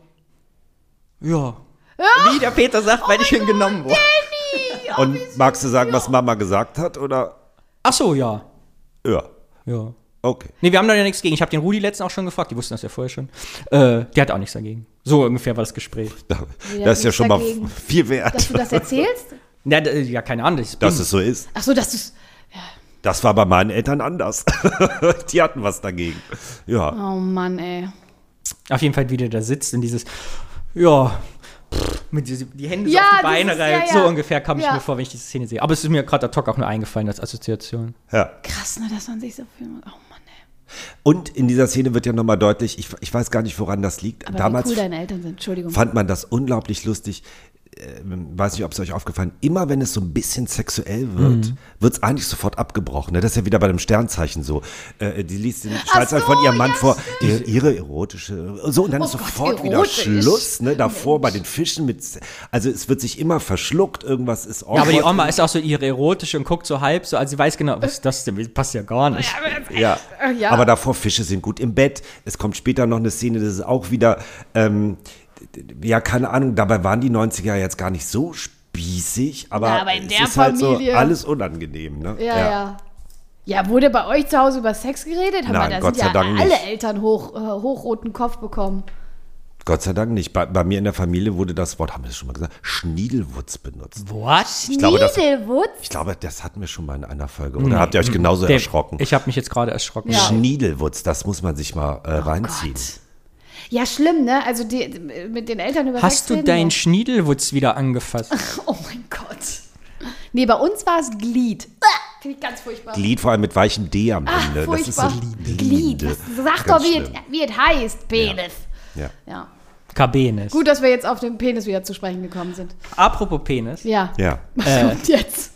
Speaker 3: ja. Wie der Peter sagt, weil
Speaker 9: Oh
Speaker 3: ich hingenommen wurde.
Speaker 1: Und magst du sagen, was Mama gesagt hat? Oder?
Speaker 3: Ach so, ja.
Speaker 1: Ja.
Speaker 3: Ja.
Speaker 1: Okay.
Speaker 3: Nee, wir haben da ja nichts gegen. Ich habe den Rudi letzten auch schon gefragt. Die wussten das ja vorher schon. Äh, der hat auch nichts dagegen. So ungefähr war das Gespräch.
Speaker 1: Da,
Speaker 9: Nee, da
Speaker 1: das ist ja
Speaker 9: nichts
Speaker 1: schon mal
Speaker 9: dagegen.
Speaker 1: viel wert.
Speaker 9: Dass du das erzählst?
Speaker 3: Na, d- ja, keine Ahnung. Ich bin,
Speaker 1: dass es so ist.
Speaker 9: Ach so, dass du's.
Speaker 1: Das war bei meinen Eltern anders. Die hatten was dagegen. Ja.
Speaker 9: Oh Mann, ey.
Speaker 3: auf jeden Fall, wie der da sitzt und dieses, ja, pff, mit diese, die Hände so
Speaker 9: Ja,
Speaker 3: auf die Beine
Speaker 9: dieses-
Speaker 3: reibt.
Speaker 9: ja, ja.
Speaker 3: So ungefähr kam ich
Speaker 9: Ja.
Speaker 3: mir vor, wenn ich diese Szene sehe. Aber es ist mir gerade ad hoc auch nur eingefallen als Assoziation.
Speaker 1: ja.
Speaker 9: Krass, ne, dass man sich so Filme. Oh Mann, ey.
Speaker 1: Und in dieser Szene wird ja nochmal deutlich, ich, ich weiß gar nicht, woran das liegt.
Speaker 9: Aber
Speaker 1: Damals
Speaker 9: wie cool deine Eltern sind. Entschuldigung.
Speaker 1: fand man das unglaublich lustig. Ähm, weiß nicht, ob es euch aufgefallen immer wenn es so ein bisschen sexuell wird,
Speaker 9: Mhm.
Speaker 1: wird es eigentlich sofort abgebrochen. ne? Das ist ja wieder bei dem Sternzeichen so. Äh, die liest den Sternzeichen
Speaker 9: so,
Speaker 1: von ihrem Mann
Speaker 9: ja, Oh
Speaker 1: vor, ihre, ihre erotische, so und dann ist
Speaker 9: Gott,
Speaker 1: sofort wieder
Speaker 9: erotisch.
Speaker 1: Schluss. Ne? Davor bei den Fischen mit, also es wird sich immer verschluckt, irgendwas ist
Speaker 3: Ja, aber die
Speaker 1: awkward.
Speaker 3: Oma ist auch so ihre erotische und guckt so halb so, also sie weiß genau, was ist das denn? Passt ja gar nicht.
Speaker 1: Ja.
Speaker 9: Äh, ja.
Speaker 1: Aber davor Fische sind gut im Bett. Es kommt später noch eine Szene, das ist auch wieder, ähm, d- d- ja, keine Ahnung, dabei waren die 90er jetzt gar nicht so spießig, aber,
Speaker 9: Ja, aber in
Speaker 1: es
Speaker 9: der
Speaker 1: ist halt so
Speaker 9: Familie-
Speaker 1: alles unangenehm. Ne?
Speaker 9: ja, ja, ja. wurde bei euch zu Hause über Sex geredet? Hör mal,
Speaker 1: Nein,
Speaker 9: da
Speaker 1: Gott
Speaker 9: sind
Speaker 1: sei
Speaker 9: ja
Speaker 1: Dank
Speaker 9: alle
Speaker 1: nicht.
Speaker 9: Eltern hoch, äh, hochroten Kopf bekommen.
Speaker 1: Gott sei Dank nicht. Bei, bei mir in der Familie wurde das Wort, haben wir das schon mal gesagt, Schniedelwutz benutzt.
Speaker 3: What?
Speaker 1: Ich glaube, das,
Speaker 9: Niedelwutz?
Speaker 1: ich glaube, das hatten wir schon mal in einer Folge. Oder habt ihr euch genauso erschrocken?
Speaker 3: Ich habe mich jetzt gerade erschrocken.
Speaker 9: Ja. Oh
Speaker 1: Schniedelwutz, das muss man sich mal äh, reinziehen.
Speaker 9: Ja, schlimm, ne? Also die, mit den Eltern über Sex
Speaker 3: Hast du
Speaker 9: reden,
Speaker 3: deinen
Speaker 9: ne?
Speaker 3: Schniedelwutz wieder angefasst?
Speaker 9: Oh mein Gott. Nee, bei uns war es Glied. Finde ich ganz furchtbar.
Speaker 1: Glied vor allem mit weichem D am
Speaker 9: Ach,
Speaker 1: Ende. das ist so
Speaker 9: furchtbar. Glied. Was, sag
Speaker 1: Ganz
Speaker 9: doch, wie es,
Speaker 1: schlimm.
Speaker 9: wie es heißt, Penis.
Speaker 1: Ja.
Speaker 9: Ja.
Speaker 3: Kabenes.
Speaker 9: Gut, dass wir jetzt auf den Penis wieder zu sprechen gekommen sind.
Speaker 3: Apropos Penis.
Speaker 9: Ja.
Speaker 1: Ja. Ähm.
Speaker 9: Und jetzt?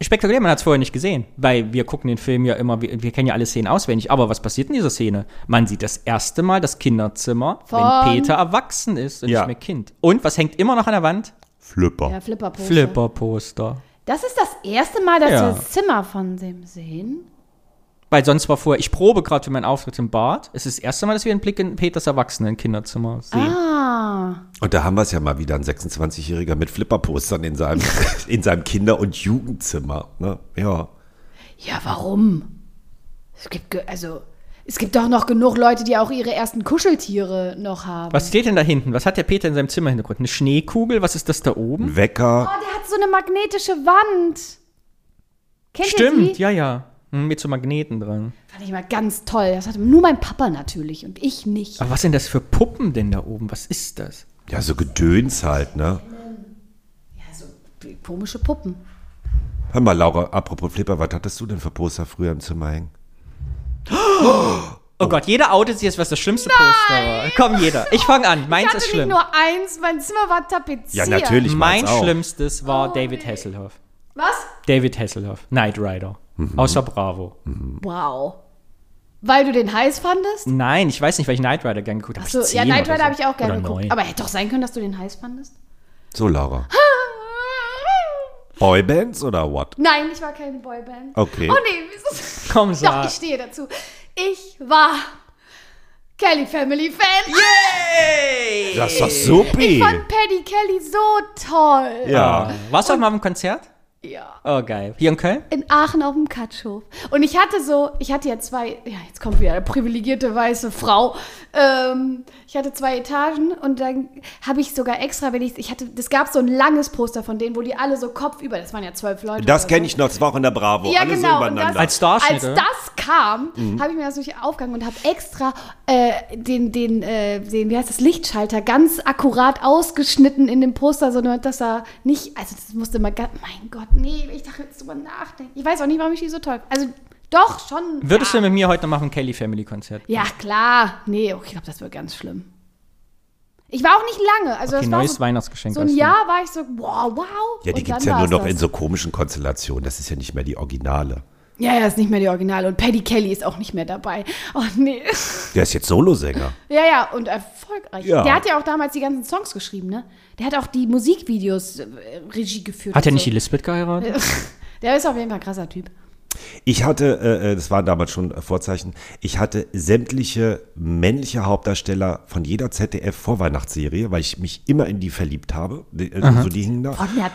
Speaker 3: Spektakulär, man hat es vorher nicht gesehen. Weil wir gucken den Film ja immer, wir, wir kennen ja alle Szenen auswendig. Aber was passiert in dieser Szene? Man sieht das erste Mal das Kinderzimmer,
Speaker 9: Von-
Speaker 3: wenn Peter erwachsen ist und
Speaker 1: Ja.
Speaker 3: nicht mehr Kind. Und was hängt immer noch an der Wand?
Speaker 1: Flipper.
Speaker 9: Ja, Flipperposter.
Speaker 3: Flipperposter.
Speaker 9: Das ist das erste Mal, dass
Speaker 3: Ja.
Speaker 9: wir das Zimmer von dem sehen.
Speaker 3: Weil sonst war vorher, ich probe gerade für meinen Auftritt im Bad. Es ist das erste Mal, dass wir einen Blick in Peters Erwachsenen-Kinderzimmer sehen.
Speaker 9: Ah.
Speaker 1: Und da haben wir es ja mal wieder, ein 26-Jähriger mit Flipperpostern in seinem, in seinem Kinder- und Jugendzimmer. Ne? Ja.
Speaker 9: Ja, warum? Es gibt, ge- also, es gibt doch noch genug Leute, die auch ihre ersten Kuscheltiere noch haben.
Speaker 3: Was steht denn da hinten? Was hat der Peter in seinem Zimmer hintergrund? Eine Schneekugel? Was ist das da oben?
Speaker 1: Ein Wecker.
Speaker 9: Oh, der hat so eine magnetische Wand. Kennt ihr
Speaker 3: Stimmt,
Speaker 9: die?
Speaker 3: ja, ja. Hm, Mit so Magneten dran.
Speaker 9: Fand ich mal ganz toll. Das hatte nur mein Papa natürlich und ich nicht.
Speaker 3: Aber was sind das für Puppen denn da oben? Was ist das?
Speaker 1: Ja, so Gedöns halt, ne?
Speaker 9: Also, komische Puppen.
Speaker 1: Hör mal, Laura, apropos Flipper, was hattest du denn für Poster früher im Zimmer hängen?
Speaker 3: Oh, Gott, jeder outet sich jetzt, was das schlimmste Poster war. Komm, jeder. Ich fange an. Meins
Speaker 9: Ich hatte
Speaker 3: ist
Speaker 9: nicht
Speaker 3: schlimm.
Speaker 9: nur eins, mein Zimmer war
Speaker 1: Ja,
Speaker 9: tapeziert.
Speaker 1: natürlich.
Speaker 3: Mein
Speaker 1: meins auch.
Speaker 3: schlimmstes war David Hasselhoff.
Speaker 9: Was?
Speaker 3: David Hasselhoff. Knight Rider.
Speaker 1: Mhm.
Speaker 3: Außer Bravo.
Speaker 9: Wow. Weil du den heiß fandest?
Speaker 3: Nein, ich weiß nicht, weil ich Knight Rider gerne geguckt habe.
Speaker 9: So, ja, Night Rider habe ich auch gerne
Speaker 3: oder
Speaker 9: geguckt.
Speaker 3: neun.
Speaker 9: Aber hätte doch sein können, dass du den heiß fandest.
Speaker 1: So, Laura. Boybands oder what?
Speaker 9: Nein, ich war keine Boyband.
Speaker 1: Okay.
Speaker 9: Oh nee, wieso?
Speaker 3: Komm, sag.
Speaker 9: Doch, ich stehe dazu. Ich war Kelly Family Fan.
Speaker 1: Das ist doch supi.
Speaker 9: Ich fand Paddy Kelly so toll.
Speaker 1: Ja.
Speaker 3: Ah. Warst du auch mal auf dem Konzert?
Speaker 9: Ja.
Speaker 3: Oh, geil. Hier in Köln?
Speaker 9: In Aachen auf dem Katschhof. Und ich hatte so, ich hatte ja zwei, ja, jetzt kommt wieder eine privilegierte weiße Frau. Ähm, ich hatte zwei Etagen und dann habe ich sogar extra, wenn ich, ich hatte, es gab so ein langes Poster von denen, wo die alle so kopfüber, das waren ja zwölf Leute.
Speaker 1: Das
Speaker 9: oder
Speaker 1: kenne
Speaker 9: so.
Speaker 1: ich noch, das war auch in der Bravo.
Speaker 9: Ja,
Speaker 1: Alle so
Speaker 9: genau. Und das,
Speaker 1: übereinander. Mhm.
Speaker 3: Als Starschnitt,
Speaker 9: als
Speaker 3: oder?
Speaker 9: das kam, habe ich mir das natürlich aufgehangen und habe extra äh, den, den, äh, den, wie heißt das, Lichtschalter ganz akkurat ausgeschnitten in dem Poster, so dass er nicht, also das musste mal ganz, mein Gott, nee, ich dachte jetzt drüber nachdenken. Ich weiß auch nicht, warum ich die so toll Also doch, schon.
Speaker 3: Würdest
Speaker 9: ja.
Speaker 3: du mit mir heute noch mal auf ein Kelly Family Konzert?
Speaker 9: Ja, klar. Nee, oh, ich glaube, das wird ganz schlimm. Ich war auch nicht lange. Also
Speaker 3: Okay,
Speaker 9: das war
Speaker 3: neues
Speaker 9: so,
Speaker 3: Weihnachtsgeschenk
Speaker 9: So ein
Speaker 3: hast du.
Speaker 9: Jahr war ich so, wow, wow.
Speaker 1: ja, die
Speaker 9: und
Speaker 1: gibt es
Speaker 9: dann
Speaker 1: ja nur
Speaker 9: war's
Speaker 1: noch
Speaker 9: das.
Speaker 1: in so komischen Konstellationen. Das ist ja nicht mehr die Originale.
Speaker 9: Ja, ja, ist nicht mehr die Originale. Und Paddy Kelly ist auch nicht mehr dabei. Oh nee.
Speaker 1: Der ist jetzt Solosänger.
Speaker 9: Ja, ja, und erfolgreich.
Speaker 1: Ja.
Speaker 9: Der hat ja auch damals die ganzen Songs geschrieben, ne? Der hat auch die Musikvideos äh, Regie geführt.
Speaker 3: Hat er
Speaker 9: und
Speaker 3: nicht
Speaker 9: so.
Speaker 3: die Lisbeth geheiratet?
Speaker 9: Der ist auf jeden Fall ein krasser Typ.
Speaker 1: Ich hatte, äh, äh, das waren damals schon äh, Vorzeichen, ich hatte sämtliche männliche Hauptdarsteller von jeder ZDF-Vorweihnachtsserie, weil ich mich immer in die verliebt habe. Die, äh, so die hingen da.
Speaker 9: Von der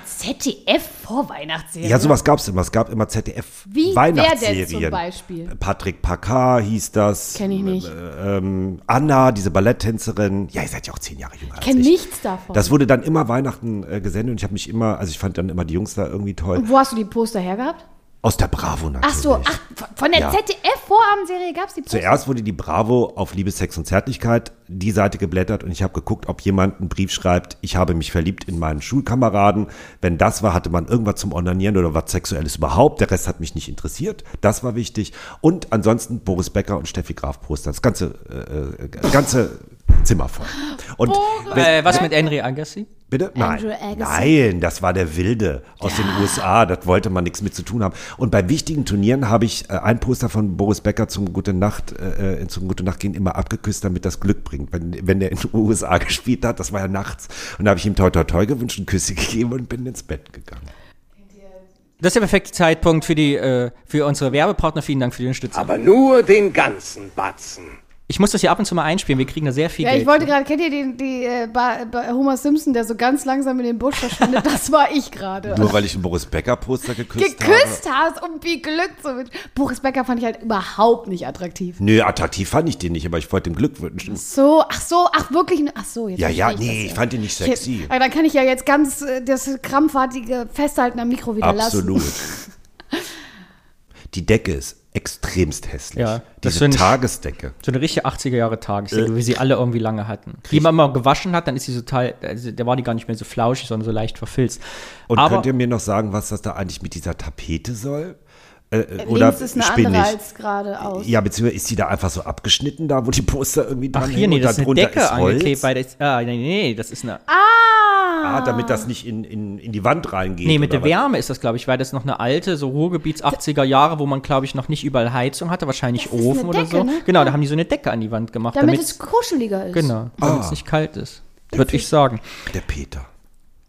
Speaker 9: ZDF-Vorweihnachtsserie.
Speaker 1: Ja, sowas gab es immer. Es gab immer ZDF
Speaker 9: Wie wer
Speaker 1: Weihnachtsserien.
Speaker 9: denn zum Beispiel?
Speaker 1: Patrick Packard hieß das.
Speaker 9: Kenn ich nicht.
Speaker 1: Ähm, Anna, diese Balletttänzerin. Ja, ihr seid ja auch zehn Jahre jünger.
Speaker 9: Ich kenne
Speaker 1: als ich.
Speaker 9: nichts davon.
Speaker 1: Das wurde dann immer Weihnachten äh, gesendet und ich habe mich immer, also ich fand dann immer die Jungs da irgendwie toll.
Speaker 9: und wo hast du die Poster hergehabt?
Speaker 1: Aus der Bravo natürlich.
Speaker 9: Mhm. Ach so, ach, von- von der
Speaker 1: Ja.
Speaker 9: ZDF-Vorabendserie gab es die Poster.
Speaker 1: Zuerst wurde die Bravo auf Liebe, Sex und Zärtlichkeit die Seite geblättert und ich habe geguckt, ob jemand einen Brief schreibt, ich habe mich verliebt in meinen Schulkameraden. Wenn das war, hatte man irgendwas zum Onanieren oder was Sexuelles überhaupt. Der Rest hat mich nicht interessiert. Das war wichtig. Und ansonsten Boris Becker und Steffi Graf Poster. Das ganze, äh, äh, ganze Zimmer voll. Und wer-
Speaker 3: Äh, was mit Henry Agassi?
Speaker 1: Bitte? Nein.
Speaker 9: Andrew Agassi.
Speaker 1: Nein, das war der Wilde aus den USA. Das wollte man nichts mit zu tun haben. Und bei wichtigen Turnieren habe ich äh, ein Poster von Boris Becker zum Gute Nacht, äh, zum Gute Nacht gehen immer abgeküsst, damit das Glück bringt. Wenn, wenn der in den USA gespielt hat, das war ja nachts. Und da habe ich ihm toi toi toi gewünscht, ein Küsschen gegeben und bin ins Bett gegangen.
Speaker 3: Das ist der perfekte Zeitpunkt für, die, äh, für unsere Werbepartner. Vielen Dank für den Stützer.
Speaker 11: Aber nur den ganzen Batzen.
Speaker 3: ich muss das hier ab und zu mal einspielen. Wir kriegen da sehr viel
Speaker 9: Ja,
Speaker 3: Geld.
Speaker 9: ich wollte gerade, kennt ihr den die, äh, Ba- Ba- Homer Simpson, der so ganz langsam in den Busch verschwindet? Das war ich gerade.
Speaker 1: Nur weil ich ein Boris Becker Poster geküsst, habe.
Speaker 9: Geküsst hast und wie Glück so mit. Boris Becker fand ich halt überhaupt nicht attraktiv.
Speaker 1: Nö, attraktiv fand ich den nicht, aber ich wollte ihm Glück wünschen.
Speaker 9: So, ach so, ach wirklich, ach so. Jetzt
Speaker 1: Ja, ja,
Speaker 9: verstehe
Speaker 1: nee,
Speaker 9: das
Speaker 1: ich fand ihn nicht
Speaker 9: Ich-
Speaker 1: sexy.
Speaker 9: Aber dann kann ich ja jetzt ganz äh, das krampfartige Festhalten am Mikro wieder
Speaker 1: Absolut.
Speaker 9: lassen.
Speaker 1: Die Decke ist extremst hässlich.
Speaker 3: Ja, das
Speaker 1: Diese
Speaker 3: find ich-
Speaker 1: Tagesdecke.
Speaker 3: So eine richtige 80er Jahre
Speaker 1: Äh,
Speaker 3: Tagesdecke, wie sie alle irgendwie lange hatten. Die man mal gewaschen hat, dann ist sie so total, also der war die gar nicht mehr so flauschig, sondern so leicht verfilzt.
Speaker 1: Und
Speaker 3: Aber
Speaker 1: könnt ihr mir noch sagen, was das da eigentlich mit dieser Tapete soll? Äh, äh,
Speaker 9: Links
Speaker 1: oder
Speaker 9: ist eine
Speaker 1: spinne
Speaker 9: andere
Speaker 1: ich? Äh,
Speaker 9: als geradeaus.
Speaker 1: Ja, beziehungsweise ist die da einfach so abgeschnitten, da wo die Poster irgendwie dran
Speaker 3: ach hier, nee,
Speaker 1: und
Speaker 3: das ist eine
Speaker 1: darunter
Speaker 3: Decke angeklebt. Bei der, ah, nee, nee, nee, das ist eine.
Speaker 1: Ah, damit das nicht in, in, in die Wand reingeht.
Speaker 3: nee, mit der
Speaker 1: oder was?
Speaker 3: Wärme ist das, glaube ich, weil das noch eine alte, so Ruhrgebiets 80er Jahre, wo man, glaube ich, noch nicht überall Heizung hatte, wahrscheinlich
Speaker 9: ist eine
Speaker 3: Ofen oder
Speaker 9: Decke,
Speaker 3: so.
Speaker 9: ne?
Speaker 3: Genau, da haben die so eine Decke an die Wand gemacht,
Speaker 9: Damit
Speaker 3: damit's-
Speaker 9: es kuscheliger ist.
Speaker 3: genau, damit es nicht kalt ist. Würde ich sagen.
Speaker 1: Der Peter.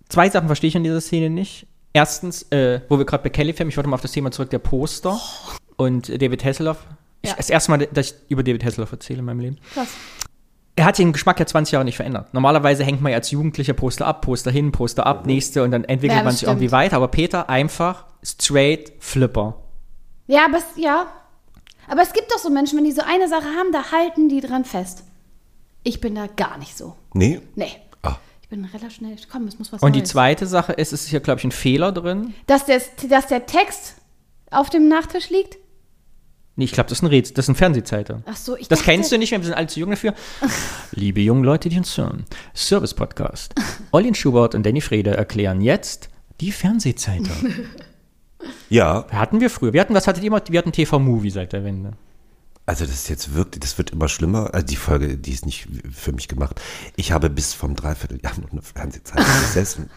Speaker 3: zwei Sachen verstehe ich an dieser Szene nicht. Erstens, äh, wo wir gerade bei Kelly filmen, ich wollte mal auf das Thema zurück, der Poster und äh, David Hasselhoff. Ich,
Speaker 9: Ja.
Speaker 3: Das erste Mal, dass ich über David Hasselhoff erzähle in meinem Leben.
Speaker 9: Krass.
Speaker 3: Er hat den Geschmack ja 20 Jahre nicht verändert. Normalerweise hängt man ja als Jugendlicher Poster ab, Poster hin, Poster ab, nächste und dann entwickelt
Speaker 9: Ja, das
Speaker 3: man sich
Speaker 9: stimmt.
Speaker 3: irgendwie weiter. Aber Peter einfach straight Flipper.
Speaker 9: Ja, aber es, ja. Aber es gibt doch so Menschen, wenn die so eine Sache haben, da halten die dran fest. Ich bin da gar nicht so.
Speaker 1: Nee?
Speaker 9: Nee.
Speaker 1: Ah.
Speaker 9: Ich bin relativ schnell. Komm, es muss was
Speaker 3: Und die
Speaker 9: Neues.
Speaker 3: zweite Sache ist, es ist hier, glaube ich, ein Fehler drin.
Speaker 9: Dass der, dass der Text auf dem Nachtisch liegt?
Speaker 3: Nee, ich glaube, das ist ein Rätsel, das ist ein Fernsehzeiter.
Speaker 9: Ach so, ich
Speaker 3: Das
Speaker 9: dachte,
Speaker 3: kennst du nicht mehr, wir sind alle zu jung dafür. Liebe jungen Leute, die uns hören, Service-Podcast. Olin Schubert und Danny Frede erklären jetzt die Fernsehzeiter.
Speaker 1: Ja,
Speaker 3: Hatten wir früher. Wir hatten, was hattet ihr immer? Wir hatten TV-Movie seit der Wende.
Speaker 1: also das ist jetzt wirklich, das wird immer schlimmer. Also die Folge, die ist nicht für mich gemacht. Ich habe bis vom Dreivierteljahr noch eine Fernsehzeit gesessen.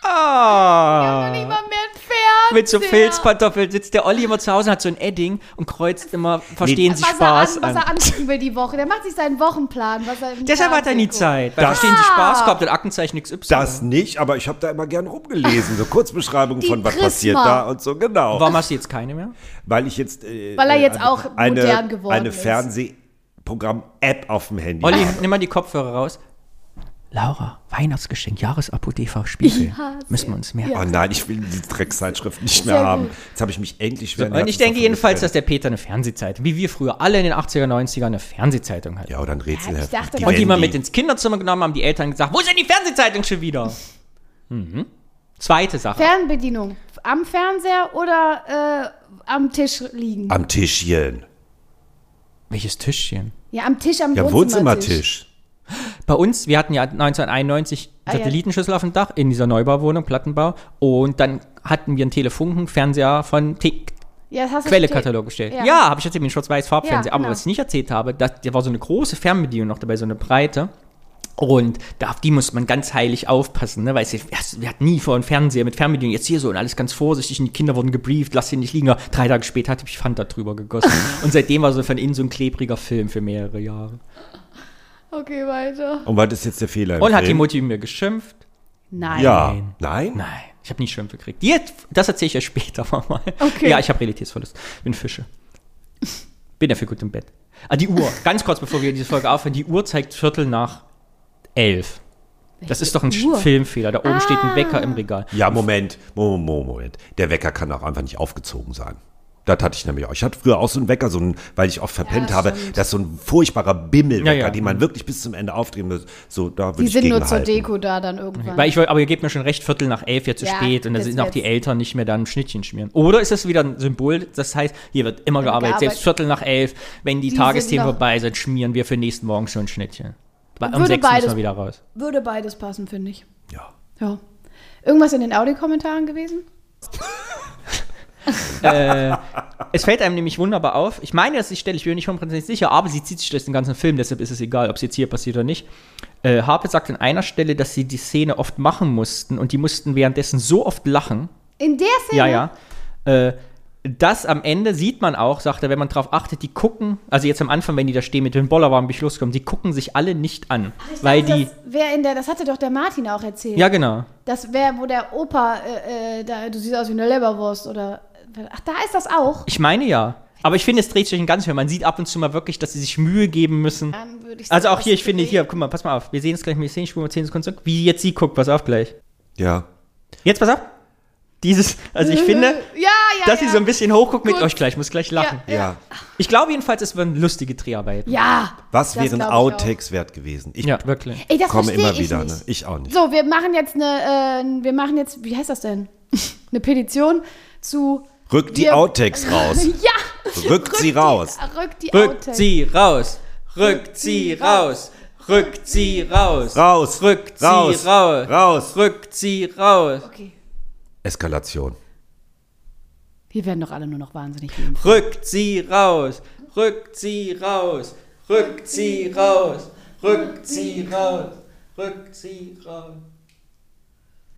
Speaker 3: Ah!
Speaker 9: Nicht mal mehr ein Pferd.
Speaker 3: Mit so Filzpantoffeln sitzt der Olli immer zu Hause, hat so ein Edding und kreuzt immer, verstehen Sie
Speaker 9: Was er,
Speaker 3: Spaß
Speaker 9: an, was
Speaker 3: an.
Speaker 9: er anzieht über die Woche. Der macht sich seinen Wochenplan. Was er im
Speaker 3: Deshalb hat er
Speaker 9: Fernsehen
Speaker 3: nie
Speaker 9: guckt.
Speaker 3: Zeit. Weil verstehen Sie
Speaker 9: Ah.
Speaker 3: Spaß kommt und Aktenzeichen XY.
Speaker 1: Das nicht, aber ich habe da immer gern rumgelesen. So Kurzbeschreibungen
Speaker 9: Die
Speaker 1: von was
Speaker 9: Prisma.
Speaker 1: passiert da und so, genau.
Speaker 3: Warum hast du jetzt keine mehr?
Speaker 1: Weil ich jetzt. Äh,
Speaker 9: Weil er
Speaker 1: äh,
Speaker 9: jetzt auch
Speaker 1: eine,
Speaker 9: modern geworden
Speaker 1: Eine
Speaker 9: ist.
Speaker 1: Fernsehprogramm-App auf dem Handy.
Speaker 3: Olli,
Speaker 1: habe.
Speaker 3: nimm mal die Kopfhörer raus. Laura, Weihnachtsgeschenk, Jahresabo TV Spiegel. Müssen wir uns merken.
Speaker 1: Oh nein, ich will die Dreckszeitschrift nicht mehr
Speaker 9: Sehr
Speaker 1: haben.
Speaker 9: gut.
Speaker 1: Jetzt habe ich mich endlich
Speaker 3: So,
Speaker 1: schwer.
Speaker 3: und ich denke jedenfalls, dass der Peter eine Fernsehzeitung, wie wir früher alle in den 80er, 90er eine Fernsehzeitung hatten.
Speaker 1: Ja, oder ein
Speaker 9: Ja,
Speaker 1: Rätselheft.
Speaker 9: ich dachte,
Speaker 3: und die
Speaker 1: Wendy.
Speaker 3: mal mit ins Kinderzimmer genommen haben, die Eltern gesagt, wo ist denn die Fernsehzeitung schon wieder? mhm. Zweite Sache.
Speaker 9: Fernbedienung. Am Fernseher oder äh, am Tisch liegen.
Speaker 1: Am Tischchen.
Speaker 3: Welches Tischchen?
Speaker 9: ja, am Tisch, am
Speaker 1: Ja,
Speaker 9: Wohnzimmertisch.
Speaker 1: Wohnzimmertisch.
Speaker 3: Bei uns, wir hatten ja 1991
Speaker 9: ja.
Speaker 3: Satellitenschüssel auf dem Dach in dieser Neubauwohnung, Plattenbau. Und dann hatten wir einen Telefunken, Fernseher von Tick
Speaker 9: Ja, das hast du
Speaker 3: Quellekatalog gestellt. Ja,
Speaker 9: Ja.
Speaker 3: habe ich jetzt eben den Schwarz-Weiß-Farbfernseher.
Speaker 9: Ja,
Speaker 3: Aber
Speaker 9: genau.
Speaker 3: was ich nicht erzählt habe, das, da war so eine große Fernbedienung noch dabei, so eine breite. Und da, auf die muss man ganz heilig aufpassen, ne? weil sie, erst- wir hatten nie vor einen Fernseher mit Fernbedienung, jetzt hier so und alles ganz vorsichtig und die Kinder wurden gebrieft, lass sie nicht liegen. Drei Tage später hatte ich Fanta drüber gegossen. und seitdem war so von innen so ein klebriger Film für mehrere Jahre.
Speaker 9: Okay, weiter.
Speaker 1: Und was ist jetzt der Fehler? im
Speaker 3: Und hat die
Speaker 1: Film?
Speaker 3: Mutti mir geschimpft?
Speaker 9: Nein.
Speaker 1: Ja. Nein?
Speaker 3: Nein, ich habe nie Schimpfe gekriegt. Jetzt, das erzähle ich euch später mal.
Speaker 9: Okay.
Speaker 3: Ja, ich habe Realitätsverlust. Bin Fische. Bin dafür gut im Bett. Ah, die Uhr. Ganz kurz, bevor wir diese Folge aufhören. Die Uhr zeigt Viertel nach elf. Das ist doch ein Sch-
Speaker 9: Uhr? Ah.
Speaker 3: Filmfehler. Da oben steht ein Wecker im Regal.
Speaker 1: Ja, Moment, Mo- Mo- Moment. Der Wecker kann auch einfach nicht aufgezogen sein. Das hatte ich nämlich auch. Ich hatte früher auch so einen Wecker, so einen, weil ich oft verpennt
Speaker 9: Ja,
Speaker 1: habe,
Speaker 9: stimmt.
Speaker 1: dass so ein furchtbarer Bimmelwecker,
Speaker 3: Ja, ja.
Speaker 1: den man wirklich bis zum Ende aufdrehen muss. So, da würde
Speaker 9: Die
Speaker 1: ich
Speaker 9: sind nur zur
Speaker 1: gegenhalten.
Speaker 9: Deko da dann irgendwann.
Speaker 3: Weil ich, wollt- aber ihr gebt mir schon recht, Viertel nach elf, jetzt zu
Speaker 9: Ja,
Speaker 3: spät. Und da
Speaker 9: jetzt
Speaker 3: sind auch die
Speaker 9: wird's.
Speaker 3: Eltern nicht mehr da ein Schnittchen schmieren. Oder ist das wieder ein Symbol? Das heißt, hier wird immer gearbeitet.
Speaker 9: gearbeitet.
Speaker 3: Selbst Viertel nach elf, wenn die,
Speaker 9: Die
Speaker 3: Tagesthemen
Speaker 9: sind noch-
Speaker 3: vorbei sind, schmieren wir für nächsten Morgen schon Schnittchen. Weil Um
Speaker 9: Würde
Speaker 3: sechs müssen wir
Speaker 9: beides-
Speaker 3: wieder raus.
Speaker 9: Würde beides passen, finde ich.
Speaker 1: Ja.
Speaker 9: Ja. Irgendwas in den Audiokommentaren gewesen?
Speaker 3: Es fällt einem nämlich wunderbar auf. Ich meine, das ist die Stelle, ich bin mir nicht hundertprozentig sicher, aber sie zieht sich durch den ganzen Film, deshalb ist es egal, ob es jetzt hier passiert oder nicht. Äh, Harpe sagt an einer Stelle, dass sie die Szene oft machen mussten und die mussten währenddessen so oft lachen.
Speaker 9: In der Szene?
Speaker 3: Ja, ja. Äh, das am Ende sieht man auch, sagt er, wenn man drauf achtet, die gucken, also jetzt am Anfang, wenn die da stehen mit dem Bollerwagen, bis ich loskomme, die gucken sich alle nicht an. weil die.
Speaker 9: Das, wer in der, das hatte doch der Martin auch erzählt.
Speaker 3: Ja, genau.
Speaker 9: Das wäre, wo der Opa, äh, äh, da, du siehst aus wie eine Leberwurst oder. Ach, da ist das auch.
Speaker 3: Ich meine ja. Aber ich finde, es dreht sich den ganzen Film. Man sieht ab und zu mal wirklich, dass sie sich Mühe geben müssen.
Speaker 9: Dann würde ich
Speaker 3: Also
Speaker 9: sagen,
Speaker 3: auch hier,
Speaker 9: das
Speaker 3: ich finde
Speaker 9: Gerät-
Speaker 3: hier, guck mal, pass mal auf. Wir sehen es gleich mit der Szene, ich spule mal 10 Sekunden zurück. Wie jetzt sie guckt, pass auf gleich.
Speaker 1: Ja.
Speaker 3: Jetzt pass auf. Dieses, also ich finde,
Speaker 9: Ja, ja.
Speaker 3: dass
Speaker 9: ja.
Speaker 3: sie so ein bisschen hochguckt mit
Speaker 9: Gut.
Speaker 3: euch gleich, muss gleich lachen.
Speaker 1: Ja.
Speaker 3: Ich glaube jedenfalls, es waren lustige Dreharbeiten.
Speaker 9: Ja.
Speaker 1: Was
Speaker 9: das
Speaker 1: wären
Speaker 9: glaub ich auch.
Speaker 1: Outtakes wert gewesen? Ich
Speaker 3: Ja, wirklich.
Speaker 9: Ey, das
Speaker 1: komme
Speaker 9: versteh
Speaker 1: immer wieder,
Speaker 9: ich
Speaker 1: ne?
Speaker 9: nicht.
Speaker 1: Ich auch nicht.
Speaker 9: So, wir machen jetzt eine, äh, wir machen jetzt, wie heißt das denn? eine Petition zu.
Speaker 1: Rückt die
Speaker 9: wir-
Speaker 1: Outtakes raus.
Speaker 9: ja!
Speaker 1: Rückt sie raus.
Speaker 9: Die, rückt die
Speaker 3: Rückt
Speaker 9: Outtakes.
Speaker 3: sie raus. Rückt sie raus. Rückt sie raus.
Speaker 1: Raus.
Speaker 3: Rückt sie
Speaker 1: Raus.
Speaker 3: raus.
Speaker 1: Raus.
Speaker 3: Rückt sie raus.
Speaker 9: Okay.
Speaker 1: Eskalation.
Speaker 9: Wir werden doch alle nur noch wahnsinnig.
Speaker 3: Rückt sie raus. Rückt sie raus. Rückt sie raus. Rückt sie raus. Rückt sie raus.